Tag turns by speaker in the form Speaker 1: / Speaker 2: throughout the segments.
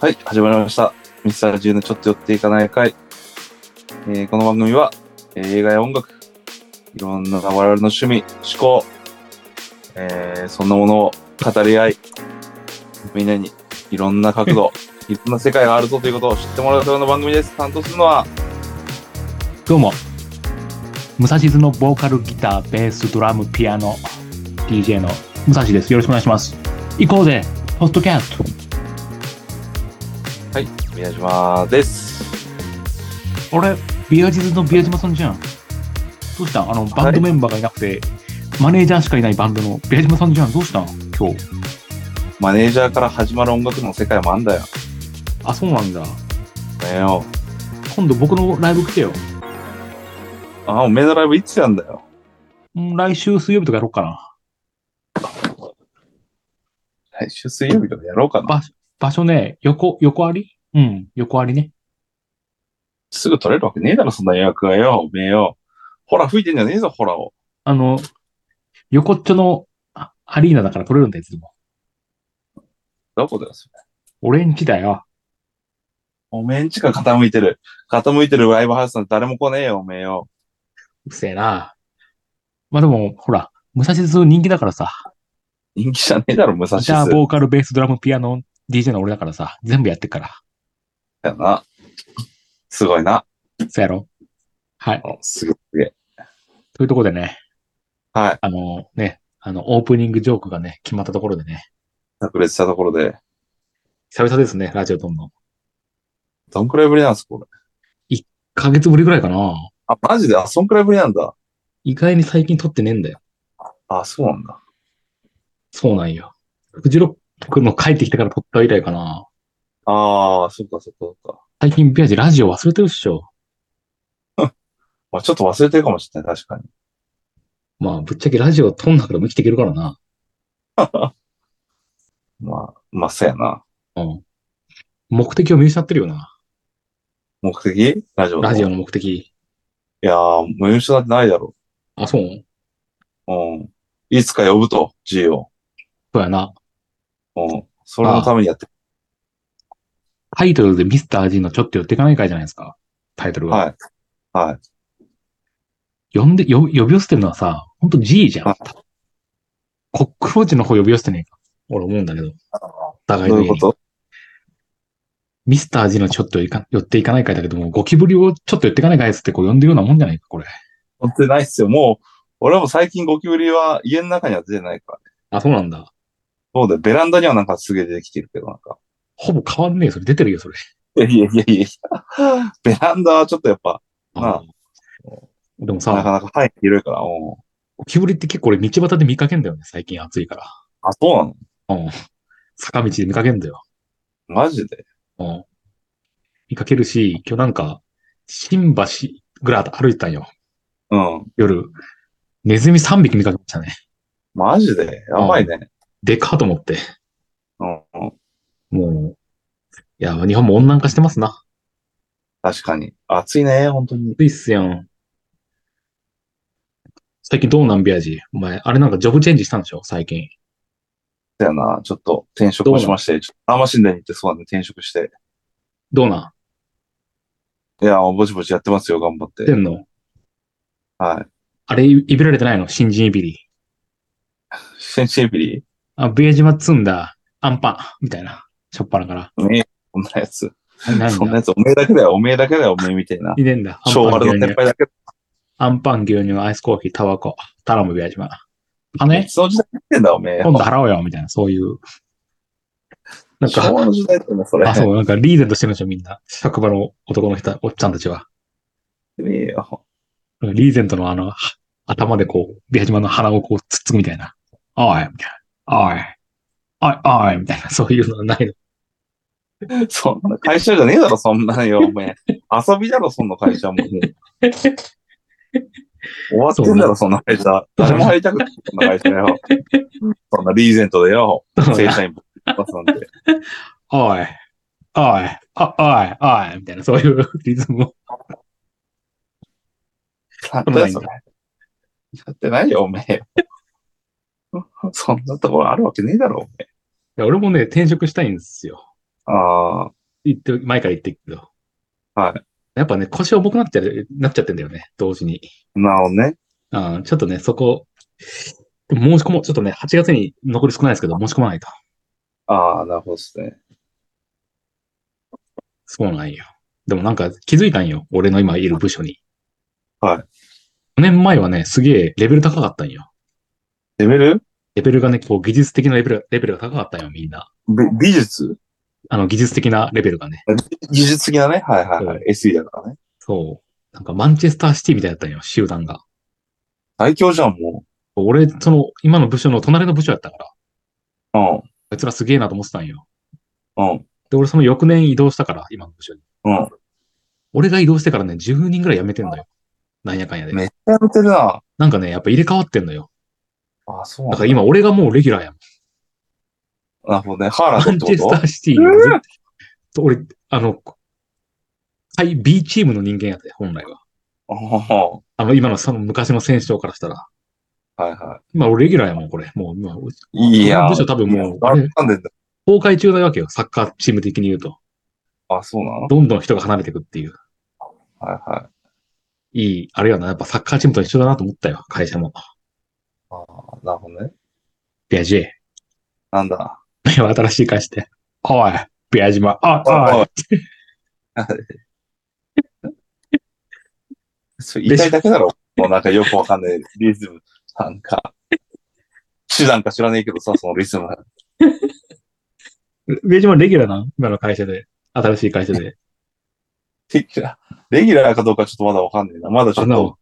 Speaker 1: はい、始まりました。ミスター10のちょっと寄っていかない会。えーこの番組は、えー映画や音楽、いろんな我々の趣味、思考、えーそんなものを語り合い、みんなにいろんな角度、 いろんな世界があるぞということを知ってもらうための番組です。担当するのは、
Speaker 2: どうも。武蔵津のボーカル、ギター、ベース、ドラム、ピアノ、DJ の武蔵です。よろしくお願いします。行こうぜ、ポストキャット。
Speaker 1: はい、宮島です。
Speaker 2: 俺、ビアジズのビア島さんじゃん。どうしたあの、バンドメンバーがいなくて、マネージャーしかいないバンドのビア島さんじゃん。どうした今日。
Speaker 1: マネージャーから始まる音楽の世界もあんだよ。ね
Speaker 2: あ、そうなんだ。
Speaker 1: えよ。
Speaker 2: 今度僕のライブ来てよ。
Speaker 1: あ、おめえのライブいつやんだよ。
Speaker 2: うん来週水曜日とかやろうかな。
Speaker 1: 来週水曜日とかやろうかな。
Speaker 2: 場所、場所ね、横、横ありうん、横ありね。
Speaker 1: すぐ取れるわけねえだろ、そんな予約がよ、おめえよ。ほら、吹いてんじゃねえぞ、ほらを。
Speaker 2: あの、横っちょのあアリーナだから取れるんだよ、いつでも。
Speaker 1: どこだよ、それ。
Speaker 2: 俺んちだよ。
Speaker 1: おめえんちが傾いてる。傾いてるライブハウスなんて誰も来ねえよ、おめえよ。
Speaker 2: うっせえな。まあでも、ほら、武蔵津人気だからさ。
Speaker 1: 人気じゃねえだろ、武蔵
Speaker 2: ギター、
Speaker 1: ス。
Speaker 2: ボーカル、ベース、ドラム、ピアノ、DJ の俺だからさ。全部やってっから。
Speaker 1: やな。すごいな。
Speaker 2: そうやろはい。
Speaker 1: うんすごいすげえ。
Speaker 2: というところでね、
Speaker 1: はい。
Speaker 2: あのね、あの、オープニングジョークがね、決まったところでね、
Speaker 1: 炸裂したところで。
Speaker 2: 久々ですね、ラジオどんどん。1
Speaker 1: どんくらいぶりなんすか、これ。
Speaker 2: ヶ月ぶりぐらいかな。
Speaker 1: あ、マジで、あ、そんくらいぶりなんだ。
Speaker 2: 意外に最近撮ってねえんだよ。
Speaker 1: あ、そうなんだ。
Speaker 2: そうなんよ。フジロックの帰ってきてから撮った以来かな。
Speaker 1: ああ、そっかそっかそっか。
Speaker 2: 最近ビアジラジオ忘れてるっしょ。
Speaker 1: まあ、ちょっと忘れてるかもしれない、確かに。
Speaker 2: まあ、ぶっちゃけラジオ撮んなくても生きていけるからな。
Speaker 1: まあ、まあ、そうやな。
Speaker 2: うん。目的を見失ってるよな。
Speaker 1: 目的ラジオの
Speaker 2: ラジオ
Speaker 1: い
Speaker 2: の目的。
Speaker 1: やー、無用なんてないだろ。
Speaker 2: あ、そう
Speaker 1: うん。いつか呼ぶと、G を。
Speaker 2: そうやな。
Speaker 1: うん。それのためにやって
Speaker 2: タイトルでミスター G のちょっと寄っていかない会じゃないですか。タイトル
Speaker 1: る。
Speaker 2: は。
Speaker 1: はい。はい。
Speaker 2: 呼んで、よ、呼び寄せてるのはさ、ほんと G じゃん
Speaker 1: は。
Speaker 2: コックローチの方呼び寄せてねえか。俺思うんだけど。お互い
Speaker 1: ど
Speaker 2: の
Speaker 1: ういう
Speaker 2: 家
Speaker 1: こ
Speaker 2: に。
Speaker 1: と
Speaker 2: ミスター G のちょっといか寄っていかない会だけども、ゴキブリをちょっと寄っていかない会っつってこう呼んでるようなもんじゃないか、これ。
Speaker 1: 本当にないっすよ。もう、俺も最近ゴキブリは家の中には出てないからね。
Speaker 2: あ、そうなんだ。
Speaker 1: そうだよ。ベランダにはなんかすげえ出てきてるけど、なんか。
Speaker 2: ほぼ変わんねえよ、それ出てるよ、それ。
Speaker 1: いやいやいやいやいや。 ベランダはちょっとやっぱ、ああ
Speaker 2: で
Speaker 1: な
Speaker 2: も
Speaker 1: か
Speaker 2: さ、
Speaker 1: なか範囲広いから。うん。
Speaker 2: ゴキブリって結構俺道端で見かけんだよね、最近暑いか
Speaker 1: あ、そうなの
Speaker 2: ら。うん。坂道で見かけんだよ。
Speaker 1: マジで
Speaker 2: うん。見かけるし、今日なんか、新橋ぐらい歩いてたんよ。
Speaker 1: うん。
Speaker 2: 夜。ネズミ3匹見かけましたね。
Speaker 1: マジでやばいね。
Speaker 2: でかと思って。
Speaker 1: うん。うん
Speaker 2: もう。いや、日本も温暖化してますな。
Speaker 1: 確かに。暑いね、本当に。
Speaker 2: いいっすやん。最近どうなんビアジお前、あれなんかジョブチェンジしたんでしょ最近。
Speaker 1: だよな。ちょっと転職をしまして、ちょっとアーマシンダに行ってそうなんで転職して。
Speaker 2: どうない
Speaker 1: や、ぼちぼちやってますよ、頑張っ
Speaker 2: んして
Speaker 1: て。
Speaker 2: んの
Speaker 1: はい。
Speaker 2: あれ、いいびられてないの新人いびり。
Speaker 1: 先生ビリー
Speaker 2: あ、ビアジは積んだ、アンパン、みたいな。しょっぱなから。
Speaker 1: ねえ、こんなやつ。
Speaker 2: 何だ
Speaker 1: そんなやつ、おめえだけだよ、おめえだけだよ、おめえみたい な。
Speaker 2: いねえんだ。アン
Speaker 1: 昭
Speaker 2: パ
Speaker 1: 和
Speaker 2: ン
Speaker 1: の
Speaker 2: 牛
Speaker 1: 先
Speaker 2: 乳。
Speaker 1: 輩だけ
Speaker 2: アンパン牛乳、アイスコーヒー、タバコ。頼む、ビアジマ。
Speaker 1: だ。
Speaker 2: 金
Speaker 1: いつの時代生きてんだ、おめえ。
Speaker 2: 今度払おうよ、みたいな、そういう。なん
Speaker 1: 昭和
Speaker 2: か、
Speaker 1: の時代だもそれ。
Speaker 2: あ、そう、なんかリーゼントしてるんでしょ、みんな。職場の男の人、おっちゃんたちは。
Speaker 1: ねえよ。
Speaker 2: リーゼントのあの、は頭でこう、ビアジマの鼻をこう、つっつくみたいな。おい、みたいな。おい。おい、おい、みたいな、そういうのはないの。
Speaker 1: そんな会社じゃねえだろ、そんなんよ、おめえ。遊びだろ、そんな会社も。もう終わってんだろ、そんな会社。誰も入りたくない、そんな会社 よ。そんなリーゼントでよ、正社員ぶっ飛ばすなんて。
Speaker 2: おい、おい、おい、おい、みたいな、そういうリズムを。
Speaker 1: なんだよそれやってないよ、おめえ。そんなところあるわけねえだろ、おめえ。
Speaker 2: や、俺もね、転職したいんですよ。
Speaker 1: ああ、
Speaker 2: 言って、前から言ってるけど。
Speaker 1: はい。
Speaker 2: やっぱね、腰重くなっちゃう、なっちゃってんだよね、同時に。
Speaker 1: なおね。
Speaker 2: あーちょっとね、そこ、でも申し込もう。ちょっとね、8月に残り少ないですけど、申し込まないと。
Speaker 1: ああ、なるほどですね。
Speaker 2: そうなんよ。でもなんか気づいたんよ。俺の今いる部署に。
Speaker 1: はい。
Speaker 2: 5年前はね、すげえレベル高かったんよ。
Speaker 1: レベル
Speaker 2: レベルがね、こう技術的なレベル、レベルが高かったんよ、みんな。
Speaker 1: び美術
Speaker 2: あの、技術的なレベルがね。
Speaker 1: 技術的なね。はいはいはい。SE だからね。
Speaker 2: そう。なんかマンチェスターシティみたいだったんよ、集団が。
Speaker 1: 最強じゃん、も
Speaker 2: 俺、その、今の部署の隣の部署やったから、
Speaker 1: う。
Speaker 2: あいつらすげえなと思ってたんよ。
Speaker 1: うん、うん、
Speaker 2: で、俺その翌年移動したから、今の部署に。
Speaker 1: うん。
Speaker 2: 俺が移動してからね、10人ぐらい辞めてんだよ。なんやかんやで。
Speaker 1: めっちゃやめてるな。
Speaker 2: なんかね、やっぱ入れ替わってんのよ。
Speaker 1: ああ、そう
Speaker 2: だ
Speaker 1: なん
Speaker 2: か
Speaker 1: だ
Speaker 2: ら。今俺がもうレギュラーやもん。
Speaker 1: なるほどね。ハーラ
Speaker 2: マ
Speaker 1: ン
Speaker 2: ン
Speaker 1: ドっ
Speaker 2: チ
Speaker 1: て
Speaker 2: ェス
Speaker 1: こと
Speaker 2: ターシティ
Speaker 1: え
Speaker 2: の
Speaker 1: ー
Speaker 2: 絶対と俺、あの、はい、B チームの人間やで、本来は。
Speaker 1: あは
Speaker 2: あの、今のその昔の選手長からしたら。
Speaker 1: ははいは
Speaker 2: 今俺レギュラーやもん、これ。もう、今、
Speaker 1: い。いや
Speaker 2: この
Speaker 1: ー。
Speaker 2: 部署多分もう、あれ、
Speaker 1: なんでだ
Speaker 2: 崩壊中なわけよ、サッカーチーム的に言うと。
Speaker 1: あ、そうなの
Speaker 2: どんどん人が離れていくっていう。
Speaker 1: はいはい。
Speaker 2: いい、あれやな、やっぱサッカーチームと一緒だなと思ったよ、会社も。
Speaker 1: ああ、なるほどね。
Speaker 2: ビアジェ。
Speaker 1: なんだ。
Speaker 2: 新しい会社で。おい、ビアジマ、あ、お
Speaker 1: お
Speaker 2: い、
Speaker 1: い。 それ言いたいだけだろ。もうなんかよくわかんないリズム。なんか、手段か知らねえけどさ、そのリズム。
Speaker 2: ビアジマレギュラーなん今の会社で。新しい会社 で。
Speaker 1: レギュラー、レギュラーかどうかちょっとまだわかんねえな。まだちょっ
Speaker 2: あな
Speaker 1: と、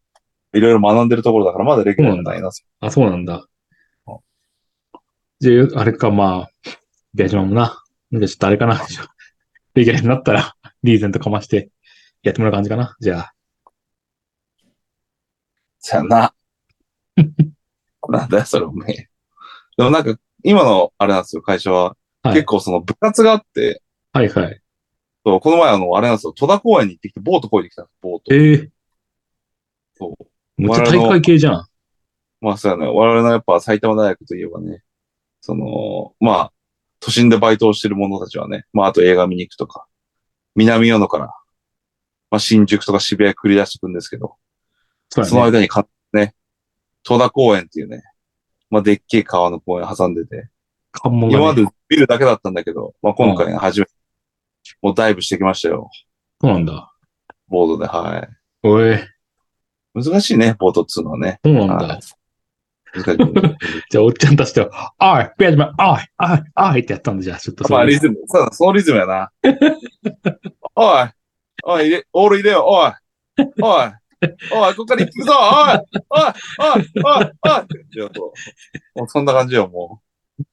Speaker 1: いろいろ学んでるところだから、まだレギュラーじゃないな。
Speaker 2: あ、そうなんだ
Speaker 1: あ。
Speaker 2: じゃあ、あれか、まあ、ビアジマもな。じゃあちょっとあれかな。 レギュラーになったら、リーゼントかまして、やってもらう感じかな。じゃあ、
Speaker 1: さよ な。なんだよ、それおめえ。でもなんか、今の、あれなんですよ、会社は。
Speaker 2: はい
Speaker 1: 結構その部活があって、
Speaker 2: はいはい。
Speaker 1: そうこの前あの、あれなんですよ、戸田公園に行ってきて、ボートこいできたんですボート。
Speaker 2: ええ
Speaker 1: そう。
Speaker 2: めっちゃ大会系じゃん。
Speaker 1: まあそうやね。我々のやっぱ埼玉大学といえばね、その、まあ、都心でバイトをしてる者たちはね、まああと映画見に行くとか、南与野から、まあ新宿とか渋谷繰り出していくんですけど、
Speaker 2: そう
Speaker 1: その
Speaker 2: やね。
Speaker 1: 間にか、ね、戸田公園っていうね、まあでっけえ川の公園挟んでて、
Speaker 2: 関門
Speaker 1: 今ま
Speaker 2: が、ね。
Speaker 1: でビルだけだったんだけど、まあ今回ね、初めて、もうダイブしてきましたよ。
Speaker 2: そうなんだ。
Speaker 1: ボードで、はい。
Speaker 2: おえ、
Speaker 1: 難しいね、ボートっつうのはね。
Speaker 2: そうなん
Speaker 1: は
Speaker 2: だ
Speaker 1: い。難しいね。
Speaker 2: じゃあ、おっちゃんたちと、おい、ビアジマ、おい、おい、おいってやったんだ、じゃあ、ちょっ とそ
Speaker 1: まあ
Speaker 2: れ
Speaker 1: リズム、そうだ、そのリズムやな。 おい、おい、入れオール入れよ、おい、おい、おい、ここから行くぞ、おい、おい、おい、おい、おい。いやそうもうそんな感じよ、も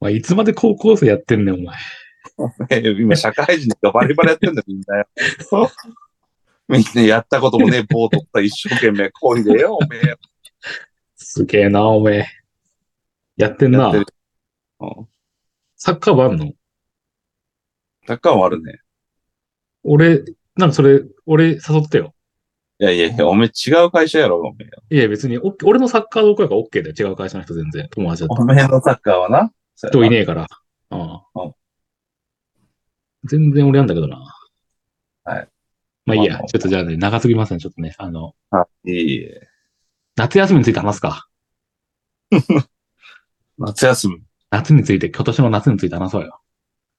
Speaker 2: お前いつまで高校生やってんねん、お前。
Speaker 1: う。ね 今、社会人がバリバリやってんだよ、みんなよ。 そうみんなやったこと もねえ、ボートった一生懸命、こいでよ、おめえよ。
Speaker 2: すげえな、おめえ。やってん
Speaker 1: や
Speaker 2: な
Speaker 1: って。るうん
Speaker 2: サッカー部あんの
Speaker 1: サッカーもあるね。
Speaker 2: 俺、なんかそれ、俺誘ってよ。
Speaker 1: いやいやいや、おめえ違う会社やろ、おめえよ。
Speaker 2: いや、別に、オッケー俺のサッカー同好会が OK だよ。違う会社の人全然。友達だっ
Speaker 1: おめえのサッカーはな。
Speaker 2: た。人いねえから。ああ
Speaker 1: うん
Speaker 2: 全然俺なんだけどな。
Speaker 1: はい。
Speaker 2: まあいいや
Speaker 1: まあまあ。
Speaker 2: ちょっとじゃあね、長すぎますね。ちょっとね、あの、
Speaker 1: はいいえ。
Speaker 2: 夏休みについて話すか。
Speaker 1: 夏休み。
Speaker 2: 夏について、今年の夏について話そうよ。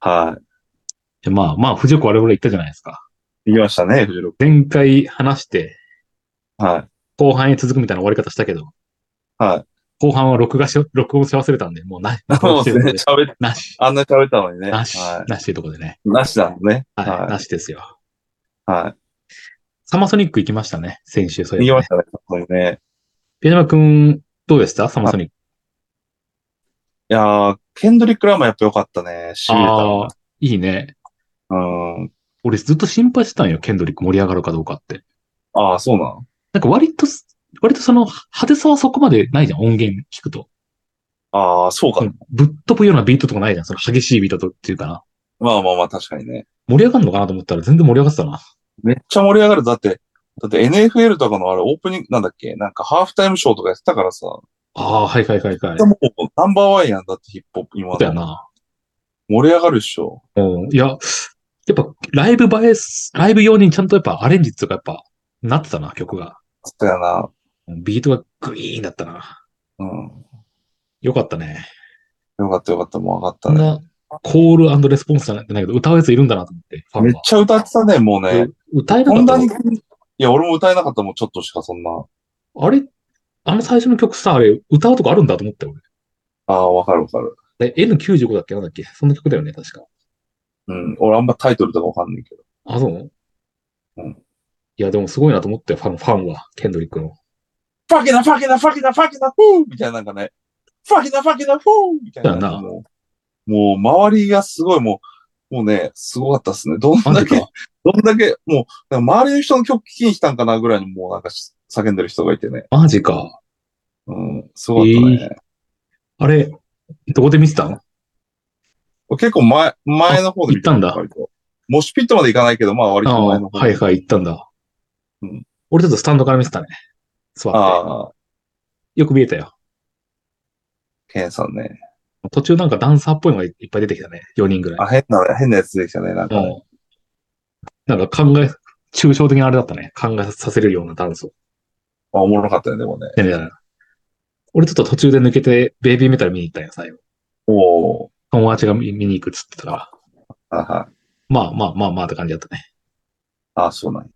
Speaker 1: はい。
Speaker 2: でまあ、まあ、藤岡我々言ったじゃないですか。
Speaker 1: 行きましたね、藤六。
Speaker 2: 前回話して、
Speaker 1: はい。
Speaker 2: 後半へ続くみたいな終わり方したけど、
Speaker 1: はい。
Speaker 2: 後半は録画し、録音し忘れたんで、もう なし。
Speaker 1: そうですね。喋っ、
Speaker 2: なし。
Speaker 1: あんなに喋ったのにね。
Speaker 2: なし。
Speaker 1: は
Speaker 2: なしというところでね。
Speaker 1: い。なしだもんね。
Speaker 2: は。
Speaker 1: はい
Speaker 2: なしですよ。
Speaker 1: い。は
Speaker 2: サマソニック行きましたね、先週。そう
Speaker 1: い。
Speaker 2: い
Speaker 1: 行
Speaker 2: え
Speaker 1: き
Speaker 2: ば
Speaker 1: ま
Speaker 2: ね
Speaker 1: したね、そこにね。
Speaker 2: ピアノマ君、どうでしたサマソニック。
Speaker 1: いやー、ケンドリック・ラマーやっぱ良かったね。しびれ
Speaker 2: ああ、いいね。
Speaker 1: た。うん。
Speaker 2: 俺ずっと心配してたんよ、ケンドリック盛り上がるかどうかって。
Speaker 1: ああ、そうなの
Speaker 2: なんか割とす、割とその派手さはそこまでないじゃん、音源聞くと。
Speaker 1: ああ、そうか。
Speaker 2: ぶっ飛ぶようなビートとかないじゃん、その激しいビートとっていうかな。
Speaker 1: まあまあまあ、確かにね。
Speaker 2: 盛り上がるのかなと思ったら全然盛り上がってたな。
Speaker 1: めっちゃ盛り上がる。だって、だって NFL とかのあれオープニング、なんだっけなんかハーフタイムショーとかやってたからさ。
Speaker 2: ああ、はいはいはいはい。
Speaker 1: もうナンバーワンやんだってヒップホップ今
Speaker 2: そうだよな。
Speaker 1: 盛り上がるっしょ。
Speaker 2: うん。いや、やっぱライブ映えす、ライブ用にちゃんとやっぱアレンジとかやっぱ、なってたな、曲が。
Speaker 1: そうやな。
Speaker 2: うんビートがグイーンだったな。
Speaker 1: うん。
Speaker 2: よかったね。
Speaker 1: よかったよかった。もう上がっ
Speaker 2: こ
Speaker 1: た
Speaker 2: ん
Speaker 1: ね。
Speaker 2: なコールレスポンスじゃないけど、歌うやついるんだなと思って、ファン
Speaker 1: めっ
Speaker 2: は
Speaker 1: ちゃ歌ってたね、もうね。
Speaker 2: 歌えな
Speaker 1: こ
Speaker 2: か
Speaker 1: ん
Speaker 2: っ
Speaker 1: な
Speaker 2: た
Speaker 1: に、いや、俺も歌えなかったもん、ちょっとしかそんな。
Speaker 2: あれあの最初の曲さ、あれ、歌うとこあるんだと思ったよ、
Speaker 1: ああ、わかるわかる。
Speaker 2: 俺。え N95 だっけなんだっけそんな曲だよね、確か。
Speaker 1: うん。俺あんまタイトルとかわかんないけど。
Speaker 2: あ、そう
Speaker 1: うん
Speaker 2: いや、でもすごいなと思ったよ、ファン、ファンは。ケンドリックの。
Speaker 1: ファキナファキナファキナファキナフーみたいななんかね。ファキナファキナフーみたいな。
Speaker 2: だよな
Speaker 1: もう、もう周りがすごいもう、もうね、すごかったっすね。どん
Speaker 2: マ
Speaker 1: だ
Speaker 2: ジ
Speaker 1: け、
Speaker 2: か。
Speaker 1: どんだけ、もう、なんか周りの人の曲聴きに来たんかなぐらいにもうなんかし叫んでる人がいてね。
Speaker 2: マジか。
Speaker 1: うん、すごかったね。
Speaker 2: あれ、どこで見てたの
Speaker 1: 結構前、前の方で見
Speaker 2: あ行ったんだ
Speaker 1: 割とモシュピットまで行かないけど、まあ割
Speaker 2: あ
Speaker 1: と前
Speaker 2: あ、
Speaker 1: の方。
Speaker 2: はいはい、行ったんだ。
Speaker 1: うん
Speaker 2: 俺ちょっとスタンドから見てたね。座って。
Speaker 1: ああ、
Speaker 2: よく見えたよ。
Speaker 1: ケンさんね。
Speaker 2: 途中なんかダンサーっぽいのがいっぱい出てきたね。4人ぐらい
Speaker 1: あ、。変な、変なやつできたね。なんかね、
Speaker 2: うん。なんか考え、抽象的なあれだったね。考えさせるようなダンスを。
Speaker 1: まあおもろかったよね、でもね。
Speaker 2: ねねね俺ちょっと途中で抜けて、ベイビーメタル見に行ったんや、最後。
Speaker 1: おー。
Speaker 2: 友達が見見に行くっつってたか
Speaker 1: あ
Speaker 2: ら。
Speaker 1: は
Speaker 2: まあまあまあまあって感じだったね。
Speaker 1: あ、そうなんや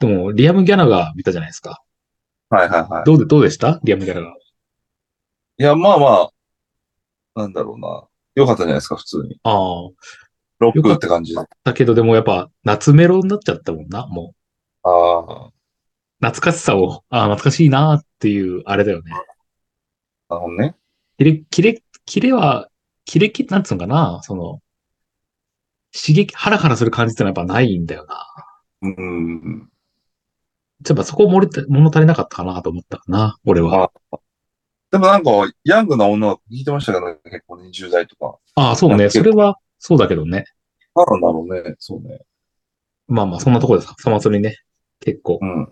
Speaker 2: でも、リアム・ギャラが見たじゃないですか。
Speaker 1: はいはいはい。
Speaker 2: どうで、どうでしたリアム・ギャラが。
Speaker 1: いや、まあまあ、なんだろうな。良かったじゃないですか、普通に。
Speaker 2: ああ。
Speaker 1: ロックって感じで。あ
Speaker 2: だけどでもやっぱ、夏メロになっちゃったもんな、もう。
Speaker 1: あ、
Speaker 2: 懐かしさを、ああ、懐かしいなーっていう、あれだよね。
Speaker 1: なるほどね。
Speaker 2: キレ、キレ、キレは、キレキ、なんつうのかな、その、刺激、ハラハラする感じってのはやっぱないんだよな。
Speaker 1: うん。
Speaker 2: ちょっとそこ漏れて、物足りなかったかなと思ったかな、俺は。
Speaker 1: でもなんか、ヤングな女の子聞いてましたけどね、結構20代とか。
Speaker 2: ああ、そう
Speaker 1: な
Speaker 2: ね。
Speaker 1: んてい
Speaker 2: そうれは、そうだけどね。
Speaker 1: なんだろうね、そうね。
Speaker 2: まあまあ、そんなところでさ、サマソニね。結構
Speaker 1: う、ん。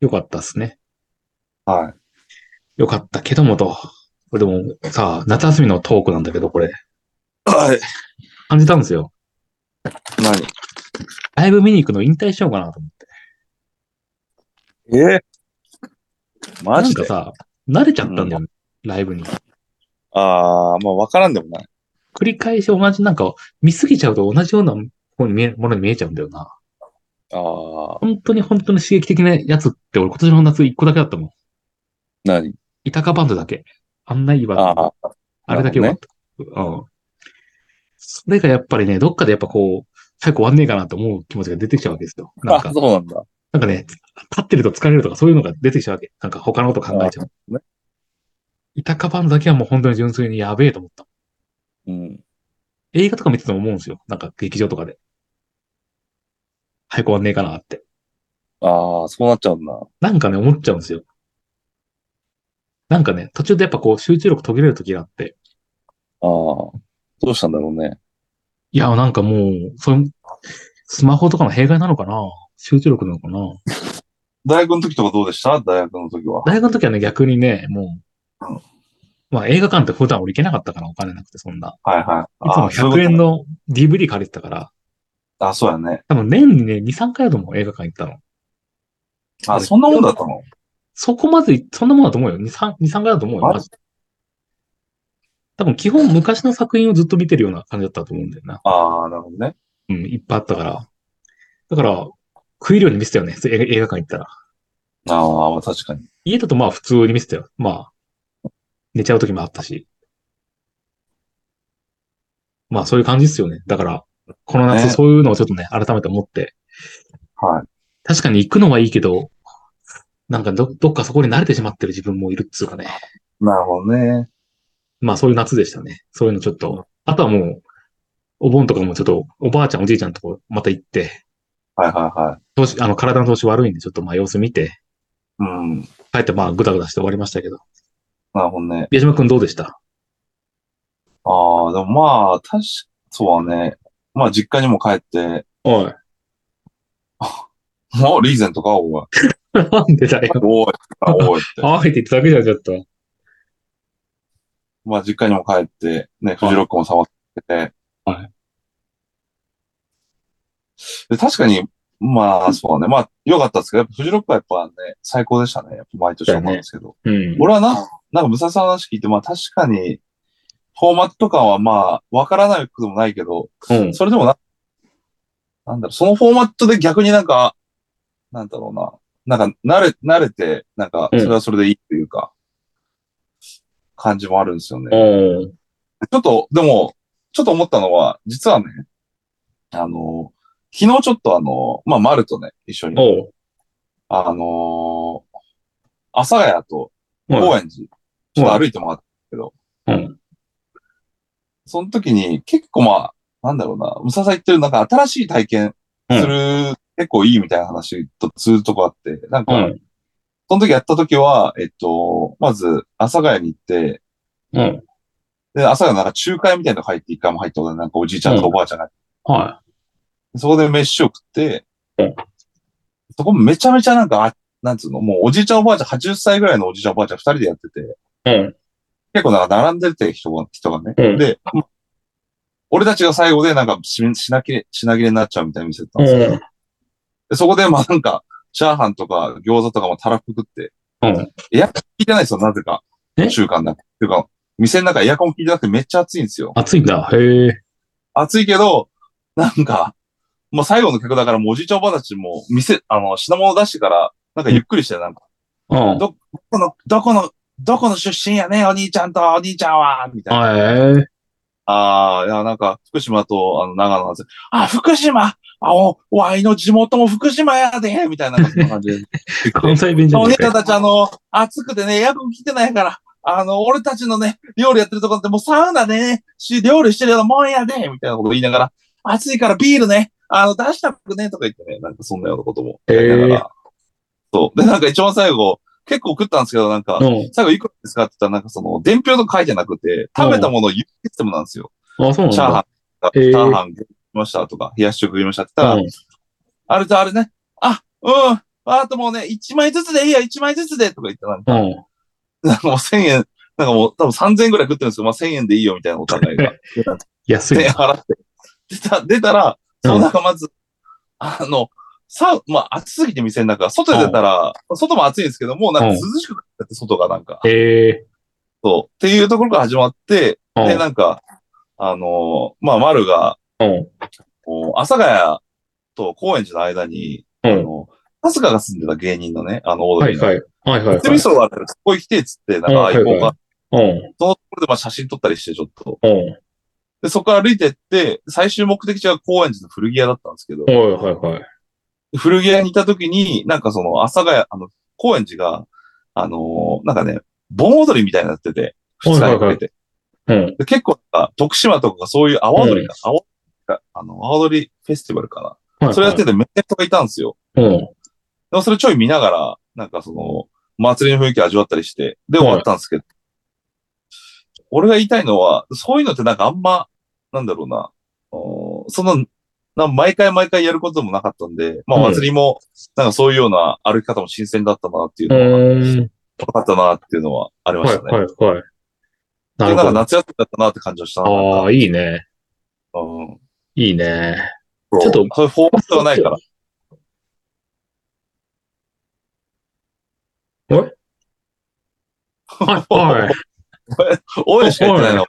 Speaker 2: 良かったっすね。
Speaker 1: はい。
Speaker 2: 良かったけどもと。これでも、さあ、夏休みのトークなんだけど、これ、
Speaker 1: はい。
Speaker 2: 感じたんですよ。
Speaker 1: 何
Speaker 2: ライブ見に行くの引退しようかなと思って。
Speaker 1: えマ
Speaker 2: なん
Speaker 1: ジ
Speaker 2: か
Speaker 1: で
Speaker 2: さ、慣れちゃったんだよね。ライブに。
Speaker 1: ああ、まあわからんでもない。
Speaker 2: 繰り返し同じ、なんか、見すぎちゃうと同じようなものに見えものに見えちゃうんだよな。
Speaker 1: ああ、
Speaker 2: 本当に本当に刺激的なやつって、俺今年の夏一個だけだったもん。
Speaker 1: 何
Speaker 2: イタカバンドだけ。あんないいバンド。
Speaker 1: ああ、
Speaker 2: あれだけは、うん。それがやっぱりね、どっかでやっぱこう、早く終わんねえかなと思う気持ちが出てきちゃうわけですよ。なん
Speaker 1: あ
Speaker 2: か、
Speaker 1: そうなんだ。
Speaker 2: なんかね、立ってると疲れるとかそういうのが出てきちゃうわけ。なんか他のこと考えちゃう。
Speaker 1: あね
Speaker 2: イタカバンドだけはもう本当に純粋にやべえと思った。
Speaker 1: うん。
Speaker 2: 映画とか見てても思うんですよ。なんか劇場とかで。早く終わんねえかなって。
Speaker 1: ああ、そうなっちゃうんだ。
Speaker 2: なんかね、思っちゃうんですよ。なんかね、途中でやっぱこう集中力途切れる時があって、
Speaker 1: ああ、どうしたんだろうね。
Speaker 2: いや、なんかもう、それ、スマホとかの弊害なのかな集中力なのかな
Speaker 1: 大学の時とかどうでした大学の時は。
Speaker 2: 大学の時はね、逆にね、も
Speaker 1: うん
Speaker 2: う、まあ映画館って普段俺行けなかったから、お金なくてそんな。
Speaker 1: はいはい。
Speaker 2: いつも
Speaker 1: あそういうこと
Speaker 2: 100円の DVD 借りてたから、
Speaker 1: あ、そうやね。
Speaker 2: 多分年にね、2、3回でも映画館行ったの。
Speaker 1: あ、そんなもんだったの
Speaker 2: そこまずい、そんなもんだと思うよ。2、3、2、3回だと思うよ。
Speaker 1: マジ
Speaker 2: マジで多分基本昔の作品をずっと見てるような感じだったと思うんだよな。
Speaker 1: ああ、なるほどね。
Speaker 2: うん、いっぱいあったから。だから、食い量に見せたよね、 そう映画映画館行ったら。
Speaker 1: ああ、まあ確かに。
Speaker 2: 家だとまあ普通に見せたよ。まあ、寝ちゃう時もあったし。まあそういう感じですよね。だから、この夏
Speaker 1: ね
Speaker 2: そういうのをちょっとね、改めて思って。
Speaker 1: はい。
Speaker 2: 確かに行くのはいいけど、なんかどどっかそこに慣れてしまってる自分もいるっつうかね。
Speaker 1: なるほどね。
Speaker 2: まあそういう夏でしたね。そういうのちょっと。あとはもう、お盆とかもちょっと、おばあちゃんおじいちゃんとこまた行って、
Speaker 1: はいはいはい。
Speaker 2: 調子、あの体の調子悪いんでちょっとまあ様子見て、
Speaker 1: うん。
Speaker 2: 帰ってまあぐだぐだして終わりましたけど。
Speaker 1: なるほどね。
Speaker 2: 宮島くんどうでした
Speaker 1: ああ、でもまあ、確か、そうはね。まあ実家にも帰って、
Speaker 2: おい。
Speaker 1: もうリーゼントか、お い。
Speaker 2: なんでだよ。
Speaker 1: おい、おいって。
Speaker 2: あえて言っただけじゃん、ちょっと。
Speaker 1: まあ、実家にも帰って、ね、フジロックも触ってて。
Speaker 2: はい。
Speaker 1: で、確かに、まあ、そうね。まあ、良かったですけど、やっぱフジロックはやっぱね、最高でしたね。やっぱ毎年思うんですけど。
Speaker 2: うん。
Speaker 1: 俺はな、なんか武蔵さんの話聞いて、まあ確かに、フォーマット感はまあ、わからなくもないけど、
Speaker 2: うん。
Speaker 1: それでもな、なんだろう、そのフォーマットで逆になんか、なんだろうな、なんか慣れ、慣れて、なんか、
Speaker 2: うん
Speaker 1: それはそれでいいというか、感じもあるんですよね。
Speaker 2: うん。
Speaker 1: ちょっと、でも、ちょっと思ったのは、実はね、あの、昨日ちょっとあの、まあ、マルとね、一緒に、
Speaker 2: おう。
Speaker 1: あの阿佐ヶ谷と高
Speaker 2: はい。
Speaker 1: 円寺、ちょっと歩いてもらったんだけど、
Speaker 2: うん
Speaker 1: その時に結構まあ、なんだろうな、ムササ言ってるなんか新しい体験する、結構いいみたいな話とずっとこうあって、なん
Speaker 2: う
Speaker 1: か、
Speaker 2: ん。
Speaker 1: その時やった時は、えっと、まず、阿佐ヶ谷に行って、
Speaker 2: うん。
Speaker 1: で、阿佐ヶ谷なんか仲介みたいなの入って一回も入ったことない、なんかおじいちゃんとおばあちゃんが、
Speaker 2: は
Speaker 1: そこで飯を食って
Speaker 2: うん、
Speaker 1: そこめちゃめちゃなんか、あなんつうの、もうおじいちゃんおばあちゃん、80歳ぐらいのおじいちゃんおばあちゃん二人でやってて、
Speaker 2: い。うん。
Speaker 1: 結構なんか並んでて人が、人がね。
Speaker 2: うん
Speaker 1: で、俺たちが最後でなんかし品切れ、品切れになっちゃうみたいに見せてたんですよ。
Speaker 2: うん。
Speaker 1: でそこでまあなんか、チャーハンとか餃子とかもたらふく食って。
Speaker 2: うん
Speaker 1: エアコン効いてないですよ、なぜか。
Speaker 2: え
Speaker 1: 中間だ。ていうか、店の中エアコン効いてなくてめっちゃ暑いんですよ。
Speaker 2: 暑いんだ。へえ。
Speaker 1: 暑いけど、なんか、まあ最後の客だからもうおじいちゃんおばあたちも店、あの、品物出してから、なんかゆっくりして、なんか、
Speaker 2: うん。
Speaker 1: どこの、どこの、どこの出身やね、お兄ちゃんとお兄ちゃんは、みたいな。
Speaker 2: はい。
Speaker 1: ああ、いや、なんか、福島と、あの、長野なんですよあ、福島あ、お、ワイの地元も福島やでみたい な、なんかそんな感じで。
Speaker 2: 関西弁じゃ
Speaker 1: お
Speaker 2: な
Speaker 1: 姉
Speaker 2: い
Speaker 1: ちゃんたち、あの、暑くてね、エアコン来てないから、あの、俺たちのね、料理やってるとこってもうサウナでね、し、料理してるようなもんやでみたいなこと言いながら、暑いからビールね、あの、出したくねとか言ってね、なんかそんなようなことも。
Speaker 2: へー
Speaker 1: やりながらそう。で、なんか一番最後、結構食ったんですけど、なんか、
Speaker 2: うん。
Speaker 1: 最後いくらですかって言ったら、なんかその、伝票の書いてなくて、食べたものを言うシステムなんですよ。
Speaker 2: あ、そうなん
Speaker 1: チャーハン
Speaker 2: だ。
Speaker 1: とか、チ
Speaker 2: へ
Speaker 1: ャ
Speaker 2: ー
Speaker 1: ーハン食いましたとか、冷やし食いましたって言ったら、
Speaker 2: うん
Speaker 1: あれとあれね、あ、うん、あともうね、1枚ずつでいいよ、1枚ずつでとか言って、なんか
Speaker 2: うん。
Speaker 1: なんかもう1000円、なんかもう多分3000円くらい食ってるんですけど、まあ1000円でいいよみたいなお互いが。
Speaker 2: 安い
Speaker 1: で、。払って。出た、出たら、
Speaker 2: うん
Speaker 1: その中まず、あの、さ、まあ暑すぎて店の中、外出たら、外も暑いんですけど、もうなんか涼しくなっちゃって、外がなんか。
Speaker 2: へえ。
Speaker 1: そう。っていうところから始まって、
Speaker 2: う
Speaker 1: で、
Speaker 2: ん。
Speaker 1: なんか、あのーまあ、丸が、
Speaker 2: うん。
Speaker 1: こう阿佐ヶ谷と高円寺の間に、あ
Speaker 2: うん。
Speaker 1: の、春日が住んでた芸人のね、あの、オード
Speaker 2: は
Speaker 1: リ
Speaker 2: い
Speaker 1: ーの。
Speaker 2: はい。はいはい
Speaker 1: テ
Speaker 2: は
Speaker 1: レ
Speaker 2: い
Speaker 1: ビ。層があったら、そこへ来てっつって、なん
Speaker 2: うん
Speaker 1: か、
Speaker 2: はい
Speaker 1: 行
Speaker 2: はい
Speaker 1: こうか。
Speaker 2: うん。
Speaker 1: そのところで、まあ、写真撮ったりして、ちょっと。
Speaker 2: うん。
Speaker 1: で、そこから歩いてって、最終目的地が高円寺の古着屋だったんですけど、
Speaker 2: はいはいはい。
Speaker 1: 古着屋にいた時に、なんかその、阿佐ヶ谷、あの、高円寺が、あのーなんかね、盆踊りみたいになってて、二日にかけて。
Speaker 2: うん。
Speaker 1: で結構なんか、徳島とかそういう阿波踊りか、阿波踊りかあの、阿波踊りフェスティバルか
Speaker 2: はいは
Speaker 1: な。
Speaker 2: い
Speaker 1: それやっててめっちゃ人がいたんですよ。
Speaker 2: うん。
Speaker 1: でもそれちょい見ながら、なんかその、祭りの雰囲気味わったりして、で終わったんですけど、俺が言いたいのは、そういうのってなんかあんま、なんだろうな、おーそんな、なん毎回毎回やることもなかったんで、まあ
Speaker 2: うん
Speaker 1: 祭りも、なんかそういうような歩き方も新鮮だったなっていう
Speaker 2: う
Speaker 1: のは、よ
Speaker 2: ーん。
Speaker 1: かったなっていうのはありま
Speaker 2: は
Speaker 1: し
Speaker 2: い
Speaker 1: たね。
Speaker 2: はいはい。
Speaker 1: で
Speaker 2: なる
Speaker 1: なん
Speaker 2: ほ
Speaker 1: か
Speaker 2: ど。
Speaker 1: 夏休みだったなって感じがしたな。なん
Speaker 2: あ
Speaker 1: か
Speaker 2: あ、いいね。
Speaker 1: うん、
Speaker 2: いいね。
Speaker 1: ち
Speaker 2: ち
Speaker 1: ょ
Speaker 2: ょ
Speaker 1: っと
Speaker 2: っと、
Speaker 1: そういうフォーマットがない から。
Speaker 2: おいはいはい。
Speaker 1: おいしか言ってないの。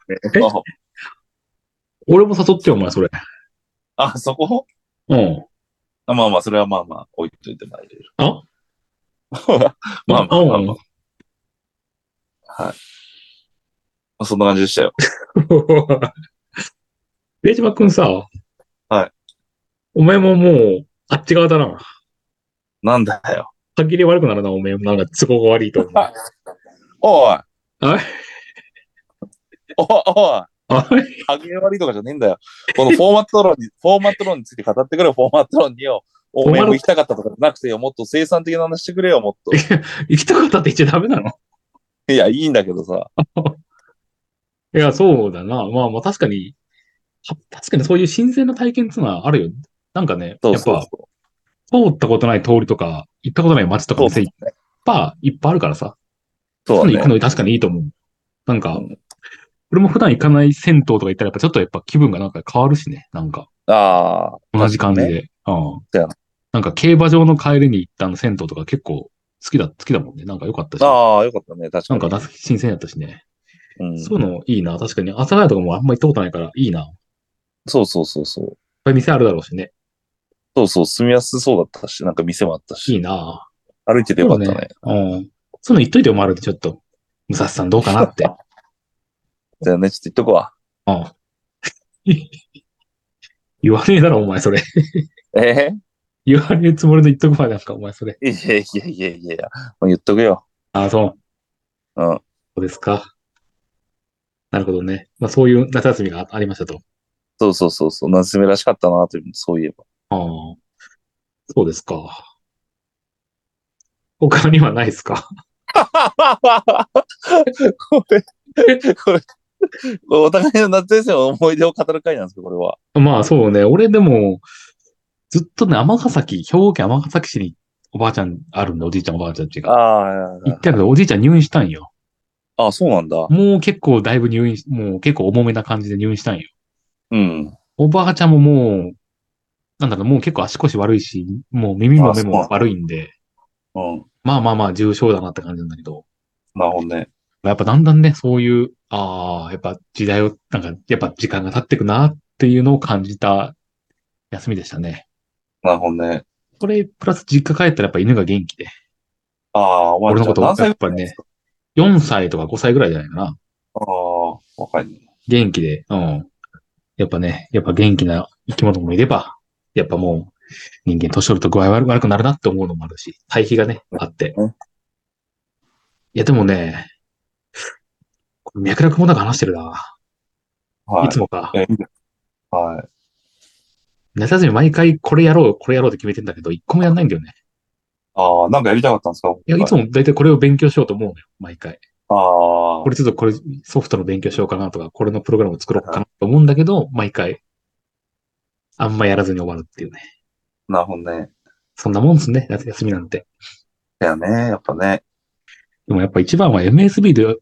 Speaker 2: 俺も誘ってよ、お前、それ。
Speaker 1: あ、そこ
Speaker 2: うん。
Speaker 1: あまあまあ、それはまあまあ、置いといてまいれる。
Speaker 2: あ
Speaker 1: まあまあまあ
Speaker 2: うん
Speaker 1: まあ、そんな感じでしたよ。
Speaker 2: レジマくんさ。
Speaker 1: はい。
Speaker 2: お前ももう、あっち側だな。
Speaker 1: なんだよ。
Speaker 2: 歯切れ悪くなるな、お前も。なんか都合が悪 いと思う。
Speaker 1: おい
Speaker 2: はい
Speaker 1: おいおい
Speaker 2: あれ
Speaker 1: 歯切れ悪いとかじゃねえんだよ。このフォーマット論に、フォーマット論について語ってくれよ、フォーマット論によ。おめえも行きたかったとかじゃなくてよ、もっと生産的な話してくれよ、もっ と。
Speaker 2: 行きたかったって言っちゃダメなの
Speaker 1: いや、いいんだけどさ。
Speaker 2: いや、そうだな。まあまあ、確かに、は確かにそういう新鮮な体験っていうのはあるよ。なんかね、
Speaker 1: そうそう
Speaker 2: やっぱ、
Speaker 1: そ
Speaker 2: 通ったことない通りとか、行ったことない街とか店いっぱい、いっぱいあるからさ。
Speaker 1: そう
Speaker 2: そういうの
Speaker 1: だ
Speaker 2: 行く
Speaker 1: ね。
Speaker 2: の確かにいいと思う。なんか、
Speaker 1: うん
Speaker 2: 俺も普段行かない銭湯とか行ったら、やっぱちょっとやっぱ気分がなんか変わるしね。なんか、
Speaker 1: ああ。
Speaker 2: 同じ感じで。
Speaker 1: ね
Speaker 2: うん。
Speaker 1: そうや
Speaker 2: なんか競馬場の帰りに行ったあの銭湯とか結構好きだ、好きだもんね。なんか良かったし。
Speaker 1: ああ、よかったね。確か
Speaker 2: なん
Speaker 1: に。
Speaker 2: か新鮮やったしね。
Speaker 1: うん、
Speaker 2: そういうのいいな。確かに。阿佐ヶ谷とかもあんま行ったことないから、いいな。いっ
Speaker 1: そうそうそうそう。
Speaker 2: ぱい店あるだろうしね。
Speaker 1: そうそう、住みやすそうだったし、なんか店もあった
Speaker 2: いい
Speaker 1: し、
Speaker 2: な。
Speaker 1: 歩いててよかったね。
Speaker 2: そうだね。うん。そういうの言っといてもあるんで、ちょっと。武蔵さんどうかな って。
Speaker 1: じゃあね、ちょっと行っとこわ。
Speaker 2: うん。言わねえだろ、お前それ。
Speaker 1: え
Speaker 2: 言わねえつもりで言っとくまでなんか、お前それ。
Speaker 1: えいやいやいやいやいや、もう言っとくよ。
Speaker 2: ああ、そ
Speaker 1: う
Speaker 2: う。
Speaker 1: ん。
Speaker 2: そうですか。なるほどね。まあそういう夏休みがありましたと。
Speaker 1: そうそうそうそう、夏休みらしかったな、という、そういえば。
Speaker 2: ああ。そうですか。他にはないですか。
Speaker 1: これ、これ、お互いの夏休みの思い出を語る会なんですけど、これは。
Speaker 2: まあそうね。俺でも、ずっとね、尼崎、兵庫県尼崎市におばあちゃんあるんで、おじいちゃんおばあちゃんっていうか。
Speaker 1: あ
Speaker 2: 行ったけど、おじいちゃん入院したんよ。
Speaker 1: あ、あそうなんだ。
Speaker 2: もう結構だいぶ入院し、もう結構重めな感じで入院したんよ。
Speaker 1: うん。
Speaker 2: おばあちゃんももう、なんだろう、もう結構足腰悪いし、もう耳も目も悪いんで、
Speaker 1: うん。
Speaker 2: まあまあまあ重症だなって感じなんだけど、
Speaker 1: なるほどね。
Speaker 2: やっぱだんだんね、そういう、ああ、やっぱ時代を、なんか、やっぱ時間が経ってくなっていうのを感じた休みでしたね。
Speaker 1: なるほどね。
Speaker 2: これ、プラス実家帰ったらやっぱ犬が元気で、
Speaker 1: ああ、お
Speaker 2: 俺
Speaker 1: 前
Speaker 2: のこと
Speaker 1: 何歳
Speaker 2: やっぱりね、4歳とか5歳ぐらいじゃないかな。
Speaker 1: ああ、若いね。
Speaker 2: 元気で、うん。やっぱね、やっぱ元気な生き物もいれば、やっぱもう、人間年取ると具合悪悪くなるなって思うのもあるし、対比がね、あって。
Speaker 1: うん
Speaker 2: いや、でもね、これ脈絡もなく話してるな。
Speaker 1: はい
Speaker 2: いつもか。
Speaker 1: いやいいね。はい。
Speaker 2: 夏休み毎回これやろう、これやろうって決めてんだけど、一個もやんないんだよね。
Speaker 1: ああ、なんかやりたかったんですか
Speaker 2: いや、いつも大体これを勉強しようと思うのよ、毎回。
Speaker 1: あ
Speaker 2: こ
Speaker 1: あ、
Speaker 2: れちょっとこれソフトの勉強しようかなとか、これのプログラムを作ろうかなと思うんだけど、毎回、あんまやらずに終わるっていうね。
Speaker 1: なるほどね。
Speaker 2: そんなもんですね、夏休みなんて。
Speaker 1: だよね、やっぱね。
Speaker 2: でもやっぱ一番は MSB で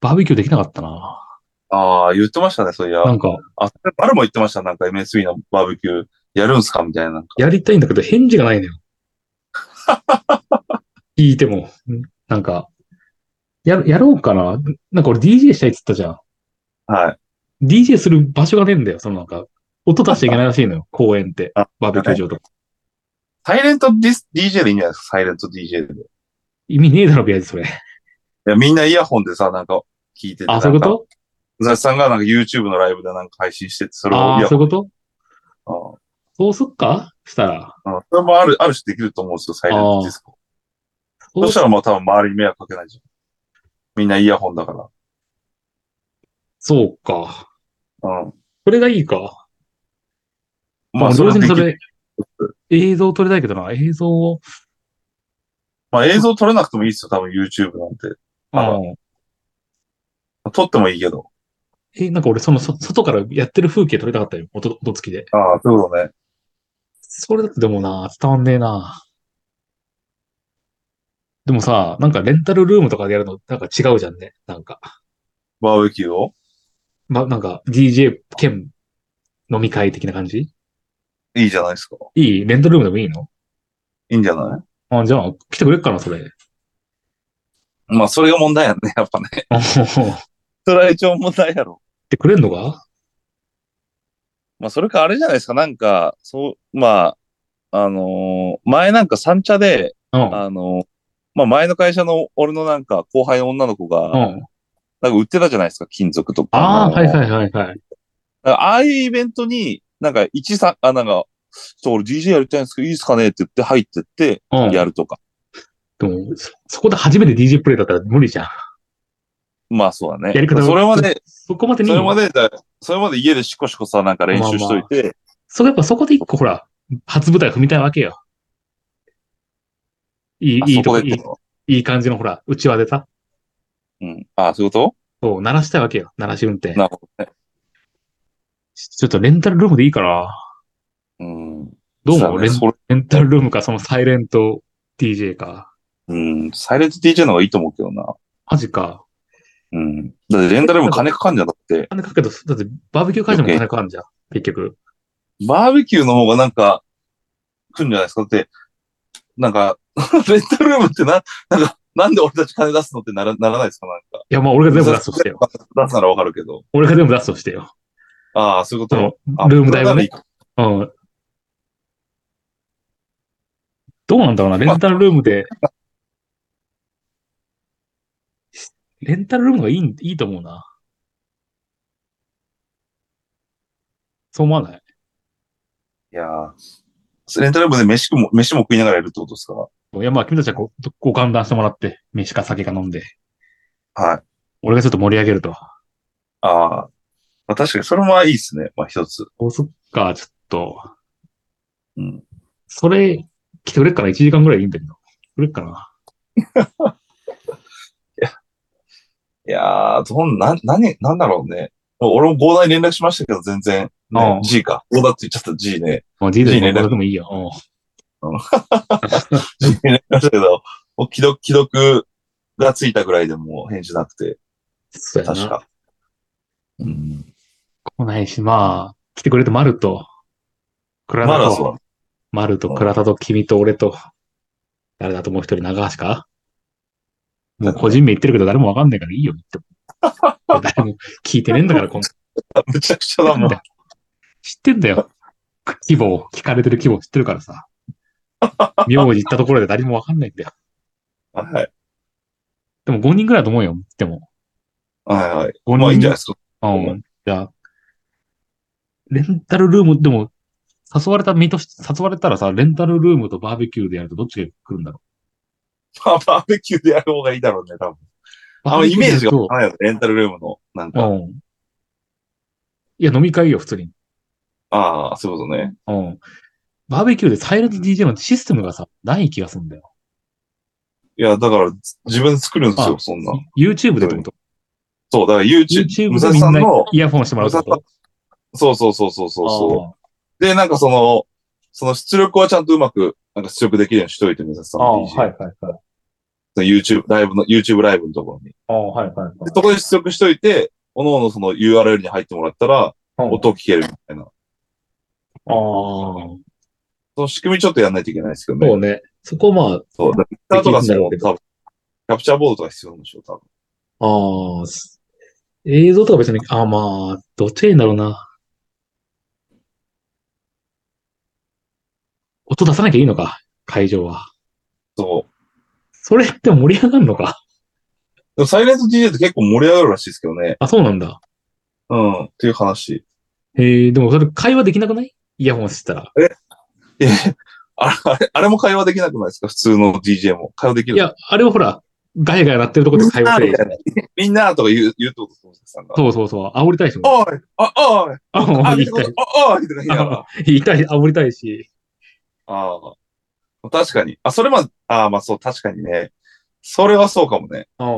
Speaker 2: バーベキューできなかったな。
Speaker 1: ああ、言ってましたね、そういや。
Speaker 2: なんか、
Speaker 1: あ、誰も言ってました、なんか MSB のバーベキューやるんすかみたいな。なんか
Speaker 2: やりたいんだけど返事がないのよ。 聞いても。なんか、や、やろうかな。なんか俺 DJ したいっつったじゃん。
Speaker 1: はい。
Speaker 2: DJ する場所がねえんだよ。そのなんか、音出しちゃいけないらしいのよ。公園って。バーベキュー場とか。
Speaker 1: サイレントディス DJ でいいんじゃないですか、サイレント DJ で。い
Speaker 2: 意味ねえだろ、別にそれ。
Speaker 1: や、みんなイヤホンでさ、なんか聞いてて。
Speaker 2: あ、そういう
Speaker 1: なんか
Speaker 2: こ
Speaker 1: 武蔵さんがなんか YouTube のライブでなんか配信してて、それ
Speaker 2: と
Speaker 1: をイ
Speaker 2: ああー、
Speaker 1: ヤホ
Speaker 2: そう
Speaker 1: ン。
Speaker 2: いうこと
Speaker 1: あ
Speaker 2: そうすっかしたら。
Speaker 1: あうんそれもある、ある種できると思うんですよ、サイレントディスコ。
Speaker 2: そ
Speaker 1: そうしたらもう多分周りに迷惑かけないじゃん。みんなイヤホンだか
Speaker 2: そうか。
Speaker 1: ら。うん。
Speaker 2: これがいいか。
Speaker 1: まあ、そ
Speaker 2: 同
Speaker 1: れ
Speaker 2: 時
Speaker 1: でき
Speaker 2: にそ
Speaker 1: る。
Speaker 2: れ、映像撮りたいけどな。映像を
Speaker 1: まあ、映像撮れなくてもいいですよ、多分 YouTube なんて。あ
Speaker 2: うん
Speaker 1: 撮ってもいいけど。
Speaker 2: え、なんか俺、その、そ外からやってる風景撮りたかったよ。音、音付きで。
Speaker 1: ああ、そういうことね。
Speaker 2: それだとでもな、伝わんねえな。でもさ、なんかレンタルルームとかでやるの、なんか違うじゃんね。なんか。
Speaker 1: バーベキューを
Speaker 2: ま、なんか、DJ 兼飲み会的な感じ
Speaker 1: いいじゃないですか。
Speaker 2: いいレンタルルームでもいいの
Speaker 1: いいんじゃない
Speaker 2: あ、じゃあ、来てくれっかな、それ。
Speaker 1: まあ、それが問題やね、 やっぱね。
Speaker 2: 来
Speaker 1: それは一応問題やろ。
Speaker 2: てくれんのか
Speaker 1: まあ、それかあれじゃないですか、なんか、そう、まあ、あのー前なんか三茶で、
Speaker 2: うん。
Speaker 1: あのーまあ、前の会社の俺のなんか後輩の女の子が、
Speaker 2: うん。
Speaker 1: なんか売ってたじゃないですか、金属とか。
Speaker 2: ああ、はい
Speaker 1: い。
Speaker 2: はいはいはい。
Speaker 1: ああいうイベントに、なんか一さあ、なんか、ちょ、俺 DJ やりたいんですけど、いいですかねって言って入ってって、
Speaker 2: うん。
Speaker 1: やるとか。
Speaker 2: でも、そそこで初めて DJ プレイだったら無理じゃん。
Speaker 1: まあ、そうだね。
Speaker 2: やり方が
Speaker 1: それまで、
Speaker 2: そこまでに
Speaker 1: それまでだ、それまで家でシコシコさ、なんか練習しといて、
Speaker 2: そう、やっぱそこで一個ほら、初舞台踏みたいわけよ。いい、いい
Speaker 1: あそ
Speaker 2: とこ、
Speaker 1: こ
Speaker 2: い
Speaker 1: でって
Speaker 2: い、
Speaker 1: こ
Speaker 2: いい感じのほら、うちわでさ、
Speaker 1: と。うん。あ、そういうこ
Speaker 2: そう、鳴らしたいわけよ。鳴らし運転
Speaker 1: と。なるほどね。
Speaker 2: ちょっとレンタルルームでいいかな。
Speaker 1: うん。
Speaker 2: どう
Speaker 1: そ
Speaker 2: も、
Speaker 1: うだね
Speaker 2: レン
Speaker 1: それ
Speaker 2: レンタルルームか、そのサイレント DJ か。
Speaker 1: うん、サイレント DJ の方がいいと思うけどな。
Speaker 2: マジか。
Speaker 1: うん。だってレンタルも金かかんじゃなくて、
Speaker 2: 金かけど、だってバーベキュー会場も金かかんじゃん。結局。
Speaker 1: バーベキューの方がなんか、来るんじゃないですかだって、なんか、 レンタルルームってな、なんか、なんで俺たち金出すのってならならないですかなんか。
Speaker 2: いや、まあ俺が全部出すとしてよ。
Speaker 1: 出すならわかるけど。
Speaker 2: 俺が全部出すとしてよ。
Speaker 1: ああ、そういうこ
Speaker 2: そ
Speaker 1: と。
Speaker 2: の
Speaker 1: あ
Speaker 2: ルーム
Speaker 1: それ
Speaker 2: 代
Speaker 1: な
Speaker 2: は
Speaker 1: らいい
Speaker 2: ね。うん。どうなんだろうな、レンタルルームで。レンタルルームがいいん、いいと思うな。そう思わな
Speaker 1: い
Speaker 2: い
Speaker 1: やーレンタルルームで飯食も、飯も食いながらやるってことですか
Speaker 2: いや、まあ、君たちはご、ご勘弁してもらって、飯か酒か飲んで、
Speaker 1: はい。
Speaker 2: 俺がちょっと盛り上げると。
Speaker 1: ああ。まあ確かに、それもいいですね。まあ一つ。
Speaker 2: おそっか、ちょっと。
Speaker 1: うん。
Speaker 2: それ、来てくれっかな ?1 時間ぐらいでいいんだけど。くれっかない
Speaker 1: やー、どん、な、何、なんだろうね。もう俺も合田に連絡しましたけど、全然。
Speaker 2: う
Speaker 1: ね
Speaker 2: ん、
Speaker 1: G か。合田って言っちゃった G ね。
Speaker 2: もう人生
Speaker 1: いいね
Speaker 2: のことでもいいよ。うん
Speaker 1: G に連絡しましたけど、もう既読、既読がついたぐらいでもう返事なくて、
Speaker 2: そうや
Speaker 1: 確
Speaker 2: な。
Speaker 1: か。うん。
Speaker 2: 来ないし、まあ、来てくれてマルと、クラ
Speaker 1: ま
Speaker 2: タ
Speaker 1: だ
Speaker 2: と、
Speaker 1: そ
Speaker 2: マルとクラタと君と俺と、誰だともう一人長橋かもう個人名言ってるけど誰もわかんないからいいよ、言っても。誰も聞いてねえんだから、こん
Speaker 1: う。むちゃくちゃだもん。
Speaker 2: 知ってんだよ。規模を、聞かれてる規模を知ってるから さ。名字言ったところで誰もわかんないんだよ。
Speaker 1: はい。
Speaker 2: でも5人ぐらいだと思うよ、でも。
Speaker 1: はいはい。
Speaker 2: 5人
Speaker 1: まあいいんじゃないですか。
Speaker 2: うん。じゃあ、レンタルルーム、でも、誘われた身として、誘われたらさ、レンタルルームとバーベキューでやるとどっちが来るんだろ
Speaker 1: まあバーベキューでやる方がいいだろうね、多分。
Speaker 2: う。
Speaker 1: あんまイメージが
Speaker 2: バ
Speaker 1: 湧
Speaker 2: ーベ
Speaker 1: かないよね、レンタルルームの。なん
Speaker 2: キューだ
Speaker 1: か、
Speaker 2: とうん。いや、飲み会よ、普通に。
Speaker 1: ああ、そういうことね。
Speaker 2: うん。バーベキューでサイレント DJ のシステムがさ、ない気がするんだよ。
Speaker 1: いや、だから、自分作るんですよ、
Speaker 2: あ
Speaker 1: そんな。
Speaker 2: YouTube でってこと
Speaker 1: そう、だから YouTube、
Speaker 2: ?YouTube
Speaker 1: 武
Speaker 2: で
Speaker 1: 蔵
Speaker 2: み
Speaker 1: さ
Speaker 2: ん
Speaker 1: ん
Speaker 2: な
Speaker 1: の、
Speaker 2: イヤホンしてもらうってこと
Speaker 1: そうそうそうそうそうそ
Speaker 2: ああ
Speaker 1: う。で、なんかその、その出力はちゃんとうまく、なんか出力できるようにしといて、武蔵さんの DJ。
Speaker 2: いはいはい。
Speaker 1: その YouTube、ライブの、YouTube ライブのところに。
Speaker 2: ああ、はいはいはい
Speaker 1: でそこで出力しといて、おののその URL に入ってもらったら、
Speaker 2: うん
Speaker 1: 音を聞けるみたいな。
Speaker 2: ああ、
Speaker 1: その仕組みちょっとやんないといけないですけど
Speaker 2: そ
Speaker 1: ね。
Speaker 2: うね。そこま
Speaker 1: そう。だから、とかその、多
Speaker 2: できるんだ
Speaker 1: 分、キャプチャーボードとか必要なんでしょう、多分。
Speaker 2: あ、ああ、す映像とか別に、ああまあ、どっちがいいんだろうな。音出さなきゃいいのか、会場は。
Speaker 1: そう。
Speaker 2: それって盛り上がるのか。
Speaker 1: でもサイレント DJ って結構盛り上がるらしいですけどね。
Speaker 2: あ、そうなんだ。
Speaker 1: うん。っていう話。
Speaker 2: ええでもそれ会話できなくないイヤホンしてたら。
Speaker 1: え、 あれ、あれ、あれも会話できなくないですか普通の DJ も。会話できる。
Speaker 2: いや、あれはほら、ガヤガヤ鳴ってるとこ
Speaker 1: み
Speaker 2: で
Speaker 1: ん
Speaker 2: 会話
Speaker 1: な
Speaker 2: すればい
Speaker 1: み
Speaker 2: いじ
Speaker 1: た
Speaker 2: ゃ
Speaker 1: い
Speaker 2: ん
Speaker 1: な。みんなとか言う、言うってことです、森田さんが。
Speaker 2: そうそうそう、煽りたいしもん。
Speaker 1: おいあ、おい
Speaker 2: あ、も
Speaker 1: あ、
Speaker 2: う
Speaker 1: 見
Speaker 2: 言
Speaker 1: てこい
Speaker 2: いたい。
Speaker 1: おおいとか言いながら。
Speaker 2: 言 いたい、煽りたいし。
Speaker 1: ああ。確かに。あ、それま、ああ、まあそう、確かにね。それはそうかもね。
Speaker 2: ああ。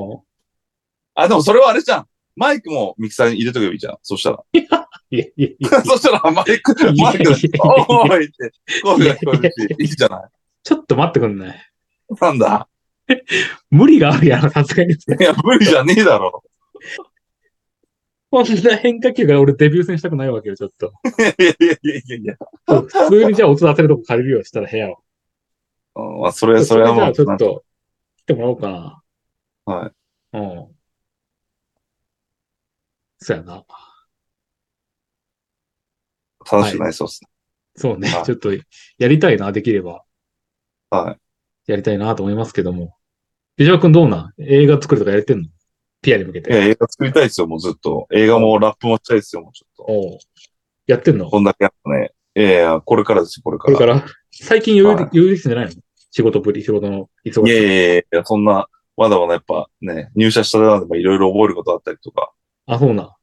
Speaker 1: あ、でもそれはあれじゃん。マイクもミキサーに入れとけばいいじゃん。そした ら。
Speaker 2: いやいやいや。
Speaker 1: そしたらマイク、
Speaker 2: いや
Speaker 1: マイク
Speaker 2: いやいやいや、
Speaker 1: おーいって、声が聞こえる し、いいじゃない。
Speaker 2: ちょっと待ってくんない
Speaker 1: なんだ
Speaker 2: 無理があるやろ、さすがに。
Speaker 1: いや、無理じゃねえだろ。
Speaker 2: こんな変化球が俺デビュー戦したくないわけよ、ちょっと。
Speaker 1: いやいやいやいやいや。
Speaker 2: 普通にじゃあ音出せるとこ借りるよ、したら部屋を。
Speaker 1: うんまあ、それ、それは
Speaker 2: じゃ
Speaker 1: も
Speaker 2: あ
Speaker 1: う、
Speaker 2: ちょ
Speaker 1: な
Speaker 2: っ
Speaker 1: んか
Speaker 2: と、来てもらおうかな。
Speaker 1: はい。
Speaker 2: うん。そうやな。
Speaker 1: 楽しくなりそうですね。
Speaker 2: そうね
Speaker 1: は。い
Speaker 2: ちょっと、やりたいな、できれば。
Speaker 1: はい。
Speaker 2: やりたいなと思いますけども。ビジョア君どうなん映画作るとかやれてんのピアに向け
Speaker 1: いや、
Speaker 2: て。
Speaker 1: 映画作りたいですよ、もうずっと。映画もラップもしたいですよ、もうちょっと。
Speaker 2: おうやってんのこ
Speaker 1: こんだけやっぱね。いやいや、これからですよ、これか
Speaker 2: れ
Speaker 1: ら。
Speaker 2: から最近余裕で
Speaker 1: はい
Speaker 2: 余裕できてんじゃないの仕事ぶり、仕事の
Speaker 1: いや
Speaker 2: 忙
Speaker 1: い
Speaker 2: しさ。
Speaker 1: やいやいや、そんな、まだまだやっぱね、入社したらでもいろいろ覚えることあったりとか。
Speaker 2: あ、そうな。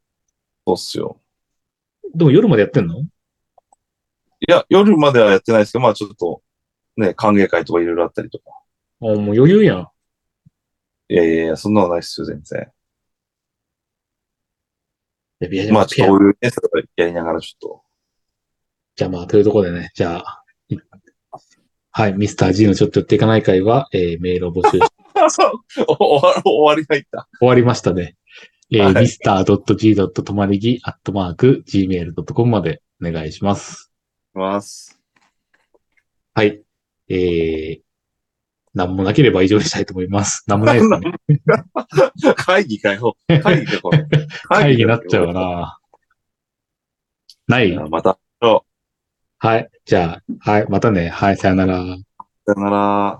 Speaker 1: そうっすよ。
Speaker 2: でも夜までやってんの
Speaker 1: いや、夜まではやってないですけど、まあちょっと、ね、歓迎会とかいろいろあったりとか。
Speaker 2: あもう余裕やん。
Speaker 1: いやいやいや、そんなのないっすよ、全然。
Speaker 2: でビアじゃん
Speaker 1: まあちょっとこういうね、やりながらちょっと。
Speaker 2: じゃあまあ、というところでね、じゃあ、はい、ミスター G のちょっと寄っていかない会は、えーメールを募集し、
Speaker 1: お終わ終わりがいった。
Speaker 2: 終わりましたね。えー、
Speaker 1: はい
Speaker 2: mr.g.tomarigi.gmail.com までお願いします。
Speaker 1: います。
Speaker 2: はい。えー、なんもなければ以上にしたいと思い ます。なんもないですかね。
Speaker 1: 会議かよ。会議か、これ。
Speaker 2: 会議になっちゃうか。な。ない
Speaker 1: じゃあまた、さ
Speaker 2: はい。じゃあ、はい。またね。はい。さよなら。
Speaker 1: よなら。